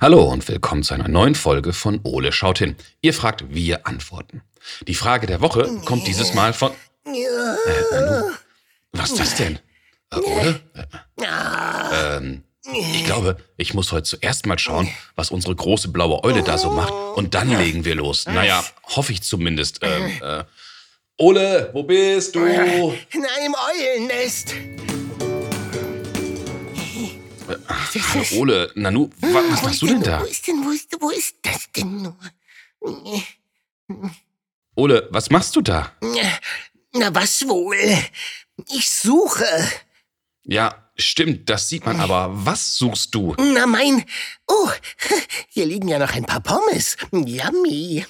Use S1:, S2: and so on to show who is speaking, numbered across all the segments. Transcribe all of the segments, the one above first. S1: Hallo und willkommen zu einer neuen Folge von Ole schaut hin. Ihr fragt, wir antworten. Die Frage der Woche kommt dieses Mal von. Äh, Nanu? was ist das denn? Äh, Ole? Äh, ähm, ich glaube, ich muss heute zuerst mal schauen, was unsere große blaue Eule da so macht. Und dann legen wir los. Naja, hoffe ich zumindest. Ähm, äh, Ole, wo bist du? Äh,
S2: In einem Eulennest.
S1: Hallo Ole, Nanu, wa oh, was machst du denn da?
S2: Wo ist denn, wo ist, wo ist das denn nur?
S1: Ole, was machst du da?
S2: Na was wohl? Ich suche.
S1: Ja, stimmt, das sieht man aber. Was suchst du?
S2: Na mein. Oh, hier liegen ja noch ein paar Pommes. Yummy.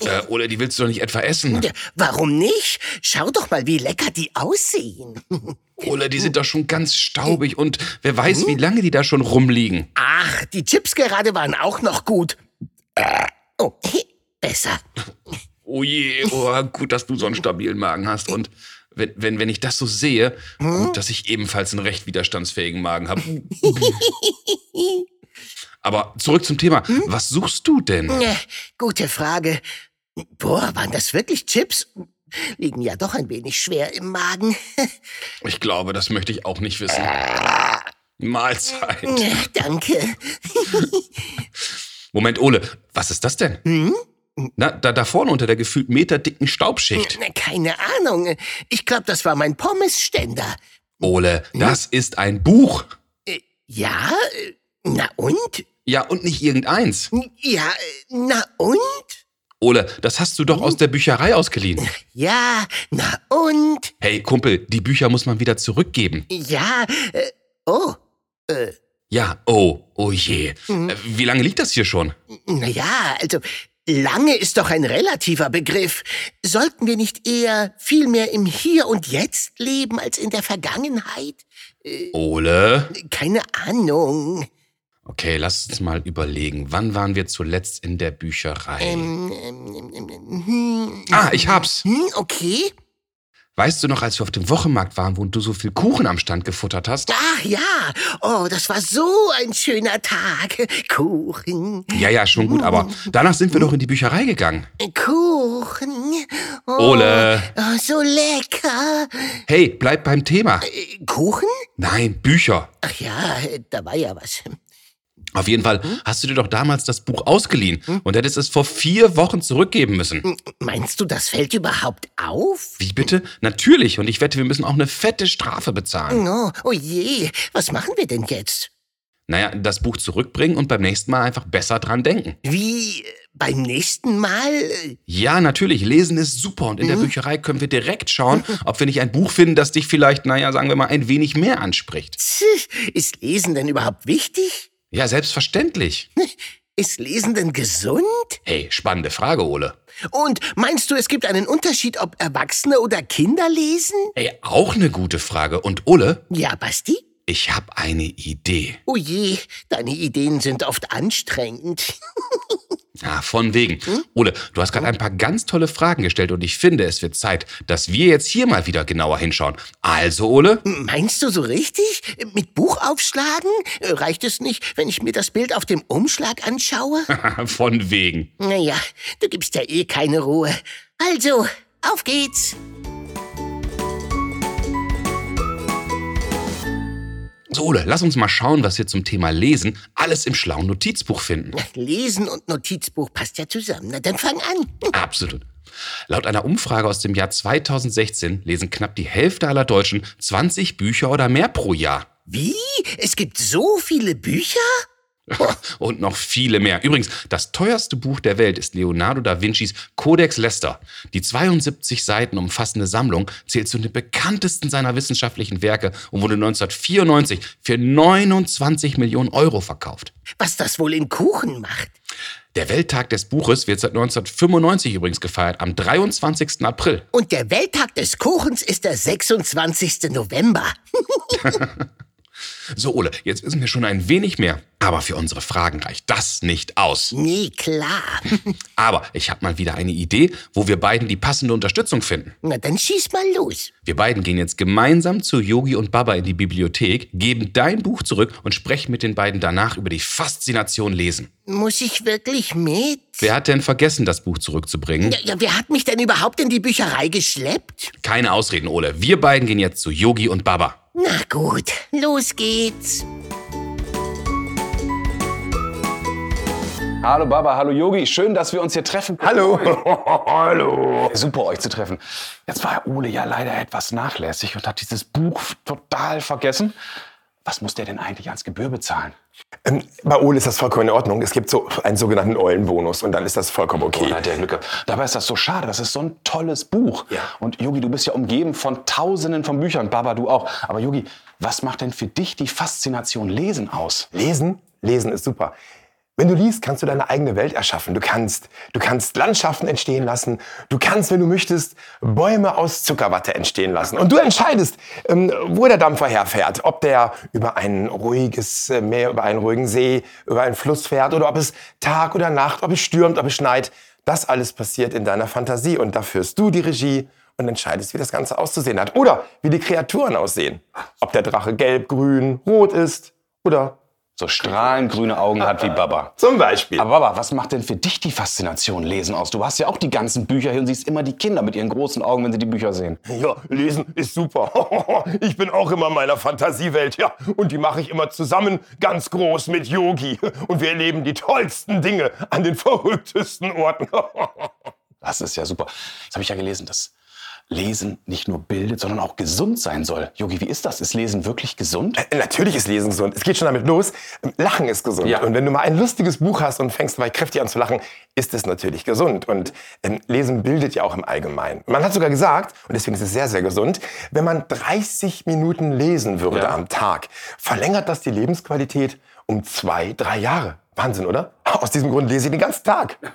S1: Äh, Ole, die willst du doch nicht etwa essen?
S2: Warum nicht? Schau doch mal, wie lecker die aussehen.
S1: Ole, die sind doch schon ganz staubig und wer weiß, wie lange die da schon rumliegen.
S2: Ach, die Chips gerade waren auch noch gut. Äh, Oh, besser.
S1: Oh je, oh, gut, dass du so einen stabilen Magen hast. Und wenn, wenn, wenn ich das so sehe, gut, dass ich ebenfalls einen recht widerstandsfähigen Magen habe. Aber zurück zum Thema. Was suchst du denn?
S2: Äh, Gute Frage. Boah, waren das wirklich Chips? Liegen ja doch ein wenig schwer im Magen.
S1: Ich glaube, das möchte ich auch nicht wissen. Mahlzeit.
S2: Äh, Danke.
S1: Moment, Ole, was ist das denn?
S2: Hm?
S1: Na, da, da vorne unter der gefühlt meterdicken Staubschicht.
S2: Na, Keine Ahnung. Ich glaube, das war mein Pommesständer.
S1: Ole,
S2: Hm?
S1: das ist ein Buch.
S2: Äh, Ja? äh, Na und?
S1: Ja, und nicht irgendeins.
S2: Ja, äh, na und?
S1: Ole, das hast du
S2: Hm?
S1: doch aus der Bücherei ausgeliehen.
S2: Ja, na und?
S1: Hey, Kumpel, die Bücher muss man wieder zurückgeben.
S2: Ja, äh, oh,
S1: Ja, oh, oh je.
S2: Hm?
S1: Äh, Wie lange liegt das hier schon?
S2: na ja, also lange ist doch ein relativer Begriff. Sollten wir nicht eher viel mehr im Hier und Jetzt leben als in der Vergangenheit?
S1: Ole?
S2: Keine Ahnung.
S1: Okay, lass uns mal überlegen. Wann waren wir zuletzt in der Bücherei?
S2: Ähm, ähm, ähm, ähm, hm,
S1: ah, ich hab's.
S2: hm, okay.
S1: Weißt du noch, als wir auf dem Wochenmarkt waren, wo du so viel Kuchen am Stand gefuttert hast?
S2: Ach ja, oh, das war so ein schöner Tag. Kuchen,
S1: Ja, ja, schon gut, aber
S2: Hm.
S1: danach sind wir doch in die Bücherei gegangen.
S2: Kuchen. Oh,
S1: Ole.
S2: Oh, so lecker.
S1: Hey, bleib beim Thema.
S2: Äh, Kuchen?
S1: Nein, Bücher.
S2: Ach ja, äh, da war ja was.
S1: Auf jeden Fall hast du dir doch damals das Buch ausgeliehen und hättest es vor vier Wochen zurückgeben müssen.
S2: Meinst du, das fällt überhaupt auf?
S1: Wie bitte? Natürlich. Und ich wette, wir müssen auch eine fette Strafe bezahlen.
S2: No, oh je, was machen wir denn jetzt?
S1: Naja, das Buch zurückbringen und beim nächsten Mal einfach besser dran denken.
S2: Wie äh, beim nächsten Mal? Äh,
S1: Ja, natürlich, lesen ist super. Und in der Bücherei können wir direkt schauen, ob wir nicht ein Buch finden, das dich vielleicht, naja, sagen wir mal, ein wenig mehr anspricht.
S2: tsch, Ist Lesen denn überhaupt wichtig?
S1: Ja, selbstverständlich.
S2: Ist Lesen denn gesund?
S1: Hey, spannende Frage, Ole.
S2: Und meinst du, es gibt einen Unterschied, ob Erwachsene oder Kinder lesen?
S1: Ey, auch eine gute Frage. Und Ole,
S2: Ja, Basti?
S1: ich habe eine Idee.
S2: Oh je, deine Ideen sind oft anstrengend.
S1: Ah, von wegen. Ole, du hast gerade ein paar ganz tolle Fragen gestellt und ich finde, es wird Zeit, dass wir jetzt hier mal wieder genauer hinschauen. Also, Ole,
S2: Meinst du so richtig? Mit Buch aufschlagen? Reicht es nicht, wenn ich mir das Bild auf dem Umschlag anschaue?
S1: von wegen.
S2: Naja, du gibst ja eh keine Ruhe. Also, auf geht's.
S1: So, Ole, lass uns mal schauen, was wir zum Thema Lesen alles im schlauen Notizbuch finden.
S2: Lesen und Notizbuch passt ja zusammen. Na, dann fang an.
S1: Absolut. Laut einer Umfrage aus dem Jahr 2016 lesen knapp die Hälfte aller Deutschen 20 Bücher oder mehr pro Jahr.
S2: Wie? Es gibt so viele Bücher?
S1: Und noch viele mehr. Übrigens, das teuerste Buch der Welt ist Leonardo da Vincis Codex Leicester. Die 72 Seiten umfassende Sammlung zählt zu den bekanntesten seiner wissenschaftlichen Werke und wurde 1994 für 29 Millionen Euro verkauft.
S2: Was das wohl in Kuchen macht?
S1: Der Welttag des Buches wird seit 1995 übrigens gefeiert, am 23. April.
S2: Und der Welttag des Kuchens ist der 26. November.
S1: So, Ole, jetzt wissen wir schon ein wenig mehr. Aber für unsere Fragen reicht das nicht aus.
S2: Nee, klar.
S1: Aber ich habe mal wieder eine Idee, wo wir beiden die passende Unterstützung finden.
S2: Na, dann schieß mal los.
S1: Wir beiden gehen jetzt gemeinsam zu Yogi und Baba in die Bibliothek, geben dein Buch zurück und sprechen mit den beiden danach über die Faszination Lesen.
S2: Muss ich wirklich mit?
S1: Wer hat denn vergessen, das Buch zurückzubringen?
S2: Ja, ja, wer hat mich denn überhaupt in die Bücherei geschleppt?
S1: Keine Ausreden, Ole. Wir beiden gehen jetzt zu Yogi und Baba.
S2: Na gut, los geht's.
S3: Hallo Baba, hallo Yogi, schön, dass wir uns hier treffen. Hallo. hallo. Super, euch zu treffen. Jetzt war Ole ja leider etwas nachlässig und hat dieses Buch total vergessen. Was muss der denn eigentlich als Gebühr bezahlen?
S4: Ähm, bei Ole ist das vollkommen in Ordnung. Es gibt so einen sogenannten Eulenbonus und dann ist das vollkommen okay.
S3: Oder hat der Glück gehabt. Dabei ist das so schade, das ist so ein tolles Buch.
S4: Ja.
S3: Und Yogi, du bist ja umgeben von tausenden von Büchern, Baba, du auch. Aber Yogi, was macht denn für dich die Faszination Lesen aus?
S4: Lesen, lesen ist super. Wenn du liest, kannst du deine eigene Welt erschaffen. Du kannst, du kannst Landschaften entstehen lassen. Du kannst, wenn du möchtest, Bäume aus Zuckerwatte entstehen lassen. Und du entscheidest, ähm, wo der Dampfer herfährt. Ob der über ein ruhiges äh, Meer, über einen ruhigen See, über einen Fluss fährt oder ob es Tag oder Nacht, ob es stürmt, ob es schneit. Das alles passiert in deiner Fantasie und da führst du die Regie und entscheidest, wie das Ganze auszusehen hat. Oder wie die Kreaturen aussehen. Ob der Drache gelb, grün, rot ist oder
S3: So strahlend grüne Augen hat wie Baba.
S4: zum Beispiel.
S3: Aber Baba, was macht denn für dich die Faszination Lesen aus? Du hast ja auch die ganzen Bücher hier und siehst immer die Kinder mit ihren großen Augen, wenn sie die Bücher sehen.
S4: Ja, lesen ist super. Ich bin auch immer in meiner Fantasiewelt, ja. Und die mache ich immer zusammen, ganz groß mit Yogi. Und wir erleben die tollsten Dinge an den verrücktesten Orten.
S3: Das ist ja super. Das habe ich ja gelesen, dass Lesen nicht nur bildet, sondern auch gesund sein soll. Yogi, wie ist das? Ist Lesen wirklich gesund?
S4: Äh, Natürlich ist Lesen gesund. Es geht schon damit los. Ähm, Lachen ist gesund.
S3: Ja.
S4: Und wenn du mal ein lustiges Buch hast und fängst mal kräftig an zu lachen, ist es natürlich gesund. Und ähm, Lesen bildet ja auch im Allgemeinen. Man hat sogar gesagt, und deswegen ist es sehr, sehr gesund, wenn man 30 Minuten lesen würde
S3: Ja.
S4: am Tag, verlängert das die Lebensqualität um zwei, drei Jahre. Wahnsinn, oder? Aus diesem Grund lese ich den ganzen Tag.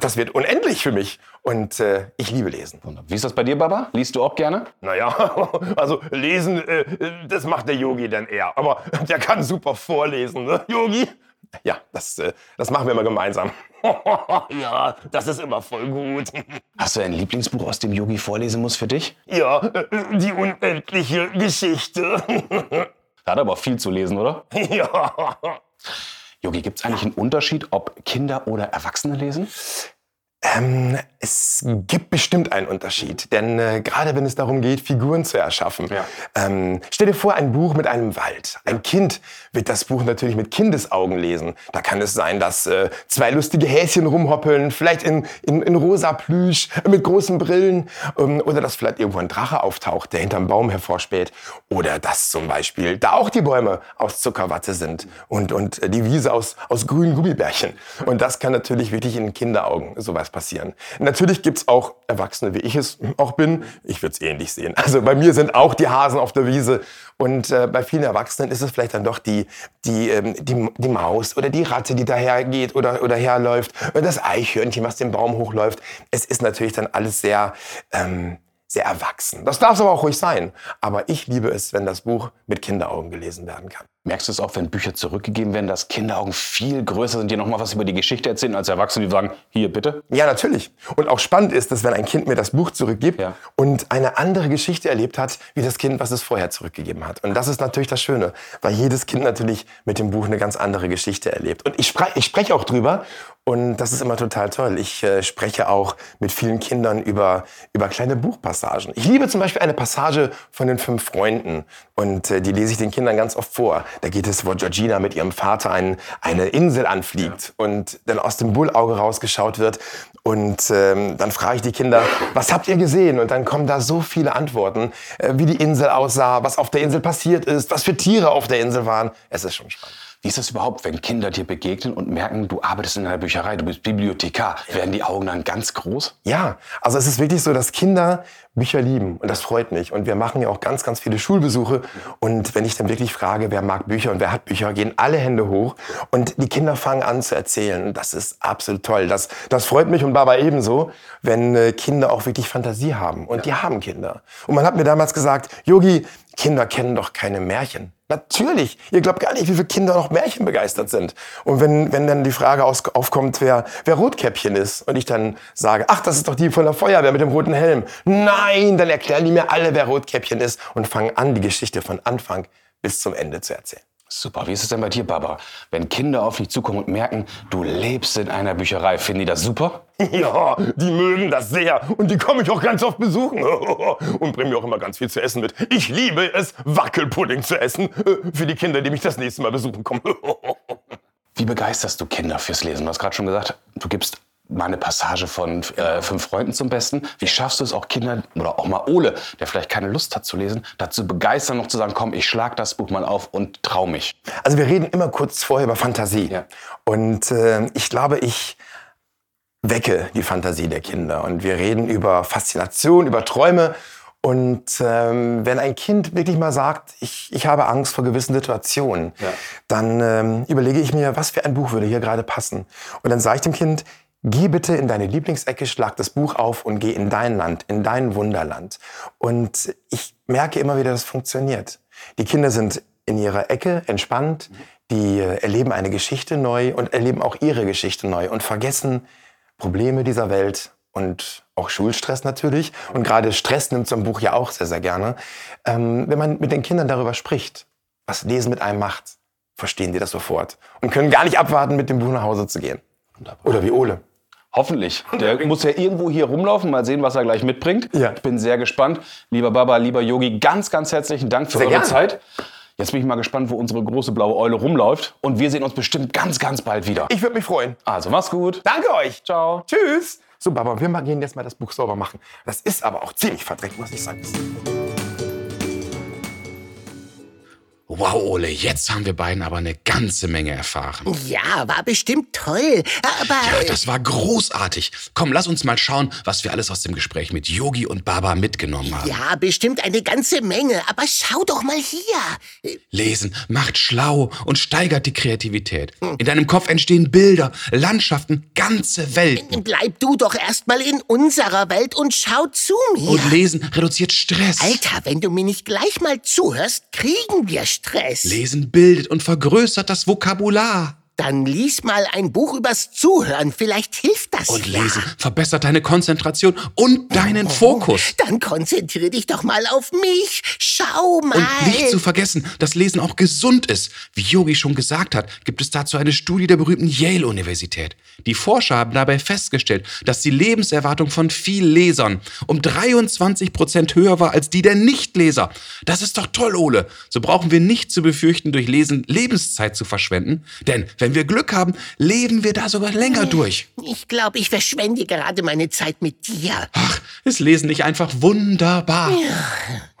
S4: Das wird unendlich für mich. Und äh, ich liebe Lesen.
S3: Wie ist das bei dir, Baba? Liest du auch gerne?
S4: Naja, also lesen, äh, das macht der Yogi dann eher. Aber der kann super vorlesen, ne, Yogi? Ja, das, äh, das machen wir immer gemeinsam. ja, das ist immer voll gut.
S3: Hast du ein Lieblingsbuch, aus dem Yogi vorlesen muss für dich?
S4: Ja, äh, die unendliche Geschichte.
S3: Da hat er aber viel zu lesen, oder?
S4: ja.
S3: Yogi, gibt es eigentlich einen Unterschied, ob Kinder oder Erwachsene lesen?
S4: Ähm, es gibt bestimmt einen Unterschied, denn äh, gerade wenn es darum geht, Figuren zu erschaffen.
S3: Ja.
S4: Ähm, stell dir vor, ein Buch mit einem Wald. Ein Kind wird das Buch natürlich mit Kindesaugen lesen. Da kann es sein, dass äh, zwei lustige Häschen rumhoppeln, vielleicht in, in, in rosa Plüsch, äh, mit großen Brillen. Ähm, oder dass vielleicht irgendwo ein Drache auftaucht, der hinterm Baum hervorspäht. Oder dass zum Beispiel da auch die Bäume aus Zuckerwatte sind und, und äh, die Wiese aus, aus grünen Gummibärchen. Und das kann natürlich wirklich in Kinderaugen sowas passieren. Natürlich gibt's auch Erwachsene, wie ich es auch bin. Ich würde es ähnlich sehen. Also bei mir sind auch die Hasen auf der Wiese. Und äh, bei vielen Erwachsenen ist es vielleicht dann doch die, die, ähm, die, die Maus oder die Ratte, die dahergeht oder, oder herläuft. Oder das Eichhörnchen, was den Baum hochläuft. Es ist natürlich dann alles sehr... Ähm, sehr erwachsen. Das darf es aber auch ruhig sein. Aber ich liebe es, wenn das Buch mit Kinderaugen gelesen werden kann.
S3: Merkst du es auch, wenn Bücher zurückgegeben werden, dass Kinderaugen viel größer sind, die noch mal was über die Geschichte erzählen als Erwachsene, die sagen, hier bitte?
S4: Ja, natürlich. Und auch spannend ist, dass wenn ein Kind mir das Buch zurückgibt
S3: Ja.
S4: und eine andere Geschichte erlebt hat, wie das Kind, was es vorher zurückgegeben hat. Und das ist natürlich das Schöne, weil jedes Kind natürlich mit dem Buch eine ganz andere Geschichte erlebt. Und ich, spre ich spreche auch drüber und das ist immer total toll. Ich äh, spreche auch mit vielen Kindern über, über kleine Buchpassagen. Ich liebe zum Beispiel eine Passage von den fünf Freunden und äh, die lese ich den Kindern ganz oft vor. Da geht es, wo Georgina mit ihrem Vater einen, eine Insel anfliegt und dann aus dem Bullauge rausgeschaut wird. Und ähm, dann frage ich die Kinder, was habt ihr gesehen? Und dann kommen da so viele Antworten, äh, wie die Insel aussah, was auf der Insel passiert ist, was für Tiere auf der Insel waren. Es ist schon spannend.
S3: Wie ist das überhaupt, wenn Kinder dir begegnen und merken, du arbeitest in einer Bücherei, du bist Bibliothekar? Werden die Augen dann ganz groß?
S4: Ja, also es ist wirklich so, dass Kinder Bücher lieben und das freut mich. Und wir machen ja auch ganz, ganz viele Schulbesuche. Und wenn ich dann wirklich frage, wer mag Bücher und wer hat Bücher, gehen alle Hände hoch und die Kinder fangen an zu erzählen. Und das ist absolut toll. Das, das freut mich und Baba ebenso, wenn äh, Kinder auch wirklich Fantasie haben. Und die haben Kinder. Und man hat mir damals gesagt, Yogi, Kinder kennen doch keine Märchen. Natürlich. Ihr glaubt gar nicht, wie viele Kinder noch märchenbegeistert sind. Und wenn, wenn dann die Frage aus, aufkommt, wer, wer Rotkäppchen ist, und ich dann sage, ach, das ist doch die von der Feuerwehr mit dem roten Helm. Nein, dann erklären die mir alle, wer Rotkäppchen ist und fangen an, die Geschichte von Anfang bis zum Ende zu erzählen.
S3: Super. Wie ist es denn bei dir, Barbara? Wenn Kinder auf dich zukommen und merken, du lebst in einer Bücherei, finden die das super?
S4: Ja, die mögen das sehr. Und die komme ich auch ganz oft besuchen. Und bringe mir auch immer ganz viel zu essen mit. Ich liebe es, Wackelpudding zu essen. äh, Für die Kinder, die mich das nächste Mal besuchen kommen.
S3: Wie begeisterst du Kinder fürs Lesen? Du hast gerade schon gesagt, du gibst mal eine Passage von äh, fünf Freunden zum Besten. Wie schaffst du es auch Kindern oder auch mal Ole, der vielleicht keine Lust hat zu lesen, dazu begeistern, noch zu sagen, komm, ich schlag das Buch mal auf und trau mich.
S4: Also wir reden immer kurz vorher über Fantasie.
S3: Ja.
S4: Und äh, ich glaube, ich wecke die Fantasie der Kinder. Und wir reden über Faszination, über Träume. Und ähm, wenn ein Kind wirklich mal sagt, ich, ich habe Angst vor gewissen Situationen,
S3: Ja.
S4: dann ähm, überlege ich mir, was für ein Buch würde hier gerade passen. Und dann sage ich dem Kind, geh bitte in deine Lieblingsecke, schlag das Buch auf und geh in dein Land, in dein Wunderland. Und ich merke immer wieder, das funktioniert. Die Kinder sind in ihrer Ecke entspannt, die äh, erleben eine Geschichte neu und erleben auch ihre Geschichte neu und vergessen Probleme dieser Welt und auch Schulstress natürlich. Und gerade Stress nimmt so ein Buch ja auch sehr, sehr gerne. Ähm, wenn man mit den Kindern darüber spricht, was Lesen mit einem macht, verstehen die das sofort und können gar nicht abwarten, mit dem Buch nach Hause zu gehen. Oder wie Ole.
S3: Hoffentlich. Der muss ja irgendwo hier rumlaufen, mal sehen, was er gleich mitbringt.
S4: Ja.
S3: Ich bin sehr gespannt. Lieber Baba, lieber Yogi, ganz, ganz herzlichen Dank für
S4: Sehr
S3: eure
S4: gerne.
S3: Zeit. Jetzt bin ich mal gespannt, wo unsere große blaue Eule rumläuft. Und wir sehen uns bestimmt ganz, ganz bald wieder.
S4: Ich würde mich freuen.
S3: Also mach's gut.
S4: Danke euch.
S3: Ciao.
S4: Tschüss. So, Baba, wir gehen jetzt mal das Buch sauber machen. Das ist aber auch ziemlich verdreckt, muss ich sagen.
S1: Wow, Ole, jetzt haben wir beiden aber eine ganze Menge
S2: Oh.
S1: erfahren.
S2: Ja, war bestimmt toll. Aber
S1: Ja, das war großartig. Komm, lass uns mal schauen, was wir alles aus dem Gespräch mit Yogi und Baba mitgenommen haben.
S2: ja, bestimmt eine ganze Menge. Aber schau doch mal hier.
S1: Lesen macht schlau und steigert die Kreativität.
S2: Oh.
S1: In deinem Kopf entstehen Bilder, Landschaften, ganze Welten.
S2: Bleib du doch erstmal in unserer Welt und schau zu mir.
S1: Und Lesen reduziert Stress.
S2: Alter, wenn du mir nicht gleich mal zuhörst, kriegen wir Stress.
S1: Lesen bildet und vergrößert das Vokabular.
S2: Dann lies mal ein Buch übers Zuhören, vielleicht hilft das
S1: Und
S2: ja. Oh.
S1: Lesen verbessert deine Konzentration und deinen Fokus.
S2: Dann konzentriere dich doch mal auf mich. Schau mal.
S1: Und nicht zu vergessen, dass Lesen auch gesund ist. Wie Yogi schon gesagt hat, gibt es dazu eine Studie der berühmten Yale-Universität. Die Forscher haben dabei festgestellt, dass die Lebenserwartung von Viellesern um 23 Prozent höher war als die der Nichtleser. Das ist doch toll, Ole. So brauchen wir nicht zu befürchten, durch Lesen Lebenszeit zu verschwenden. Denn wenn wir Glück haben, leben wir da sogar länger durch.
S2: ich glaube, ich verschwende gerade meine Zeit mit dir.
S1: Ach, ist Lesen nicht einfach wunderbar?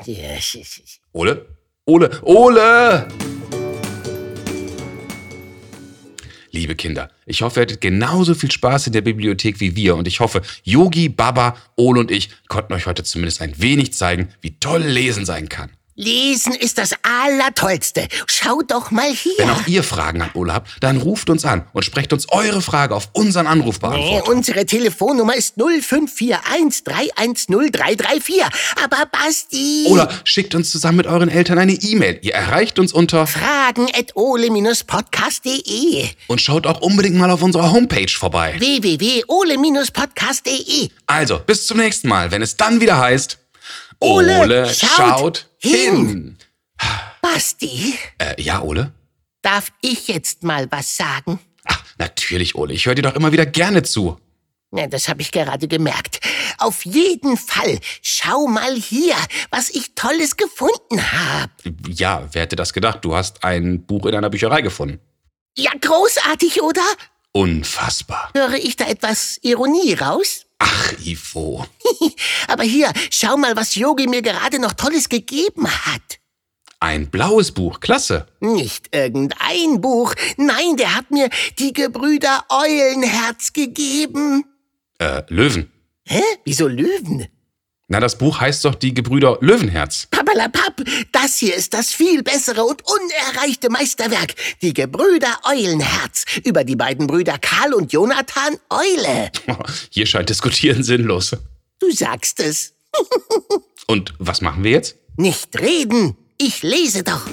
S2: Ja, sch- sch-
S1: Ole? Ole? Ole! Liebe Kinder, ich hoffe, ihr hattet genauso viel Spaß in der Bibliothek wie wir und ich hoffe, Yogi, Baba, Ole und ich konnten euch heute zumindest ein wenig zeigen, wie toll Lesen sein kann.
S2: Lesen ist das Allertollste. Schau doch mal
S1: Wenn
S2: hier.
S1: auch ihr Fragen an Ole habt, dann ruft uns an und sprecht uns eure Frage auf unseren
S2: Äh,
S1: Anrufbeantworter.
S2: Unsere Telefonnummer ist 0541 310 334. Aber Basti.
S1: Oder schickt uns zusammen mit euren Eltern eine E-Mail. Ihr erreicht uns unter
S2: Fragen at ole-podcast.de
S1: und schaut auch unbedingt mal auf unserer Homepage vorbei.
S2: www.ole-podcast.de
S1: Also, bis zum nächsten Mal, wenn es dann wieder heißt.
S2: Ole schaut hin.
S1: hin.
S2: Basti,
S1: Äh, ja, Ole?
S2: darf ich jetzt mal was sagen?
S1: Ach, natürlich, Ole. Ich höre dir doch immer wieder gerne zu.
S2: Na, das habe ich gerade gemerkt. Auf jeden Fall, schau mal hier, was ich Tolles gefunden habe.
S1: Ja, wer hätte das gedacht? Du hast ein Buch in einer Bücherei gefunden.
S2: Ja, großartig, oder?
S1: Unfassbar.
S2: Höre ich da etwas Ironie raus?
S1: Ach, Ivo.
S2: Aber hier, schau mal, was Yogi mir gerade noch Tolles gegeben hat.
S1: Ein blaues Buch. Klasse.
S2: Nicht irgendein Buch. Nein, der hat mir die Gebrüder Eulenherz gegeben.
S1: Äh, Löwen.
S2: Hä? Wieso Löwen?
S1: Na, das Buch heißt doch die Gebrüder Löwenherz.
S2: Pappalapapp, das hier ist das viel bessere und unerreichte Meisterwerk, die Gebrüder Eulenherz, über die beiden Brüder Karl und Jonathan Eule.
S1: Hier scheint diskutieren sinnlos.
S2: Du sagst es.
S1: Und was machen wir jetzt?
S2: Nicht reden, ich lese doch.